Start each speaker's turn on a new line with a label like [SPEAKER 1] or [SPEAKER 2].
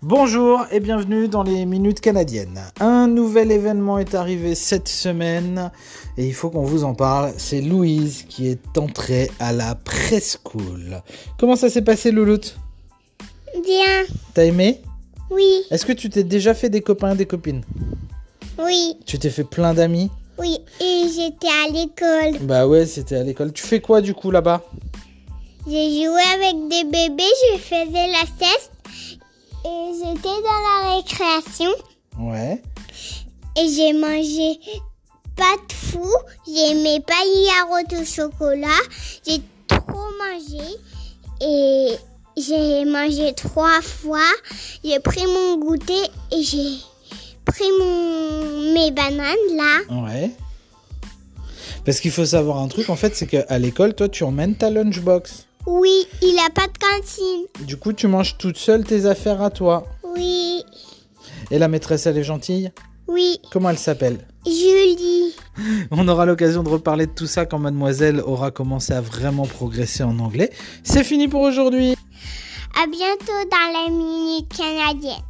[SPEAKER 1] Bonjour et bienvenue dans les Minutes Canadiennes. Un nouvel événement est arrivé cette semaine et il faut qu'on vous en parle. C'est Louise qui est entrée à la preschool. Comment ça s'est passé, Louloute
[SPEAKER 2] Bien,
[SPEAKER 1] T'as aimé
[SPEAKER 2] oui,
[SPEAKER 1] Est-ce que tu t'es déjà fait des copains, des copines
[SPEAKER 2] oui,
[SPEAKER 1] Tu t'es fait plein d'amis
[SPEAKER 2] oui. Et j'étais à l'école.
[SPEAKER 1] Bah ouais, c'était à l'école. Tu fais quoi du coup là-bas
[SPEAKER 2] J'ai joué avec des bébés, je faisais la sieste. Et j'étais dans la récréation.
[SPEAKER 1] Ouais.
[SPEAKER 2] Et j'ai mangé pas de fou. J'aimais pas les yaourts au chocolat. J'ai trop mangé. Et j'ai mangé trois fois. J'ai pris mon goûter et j'ai pris mon... mes bananes là.
[SPEAKER 1] Ouais. Parce qu'il faut savoir un truc en fait, c'est qu'à l'école, toi, tu emmènes ta lunchbox.
[SPEAKER 2] Oui, il a pas de cantine.
[SPEAKER 1] Du coup, tu manges toute seule tes affaires à toi.
[SPEAKER 2] Oui,
[SPEAKER 1] Et la maîtresse, elle est gentille
[SPEAKER 2] oui.
[SPEAKER 1] Comment elle s'appelle
[SPEAKER 2] Julie.
[SPEAKER 1] On aura l'occasion de reparler de tout ça quand mademoiselle aura commencé à vraiment progresser en anglais. C'est fini pour aujourd'hui
[SPEAKER 2] À bientôt dans la minute canadienne.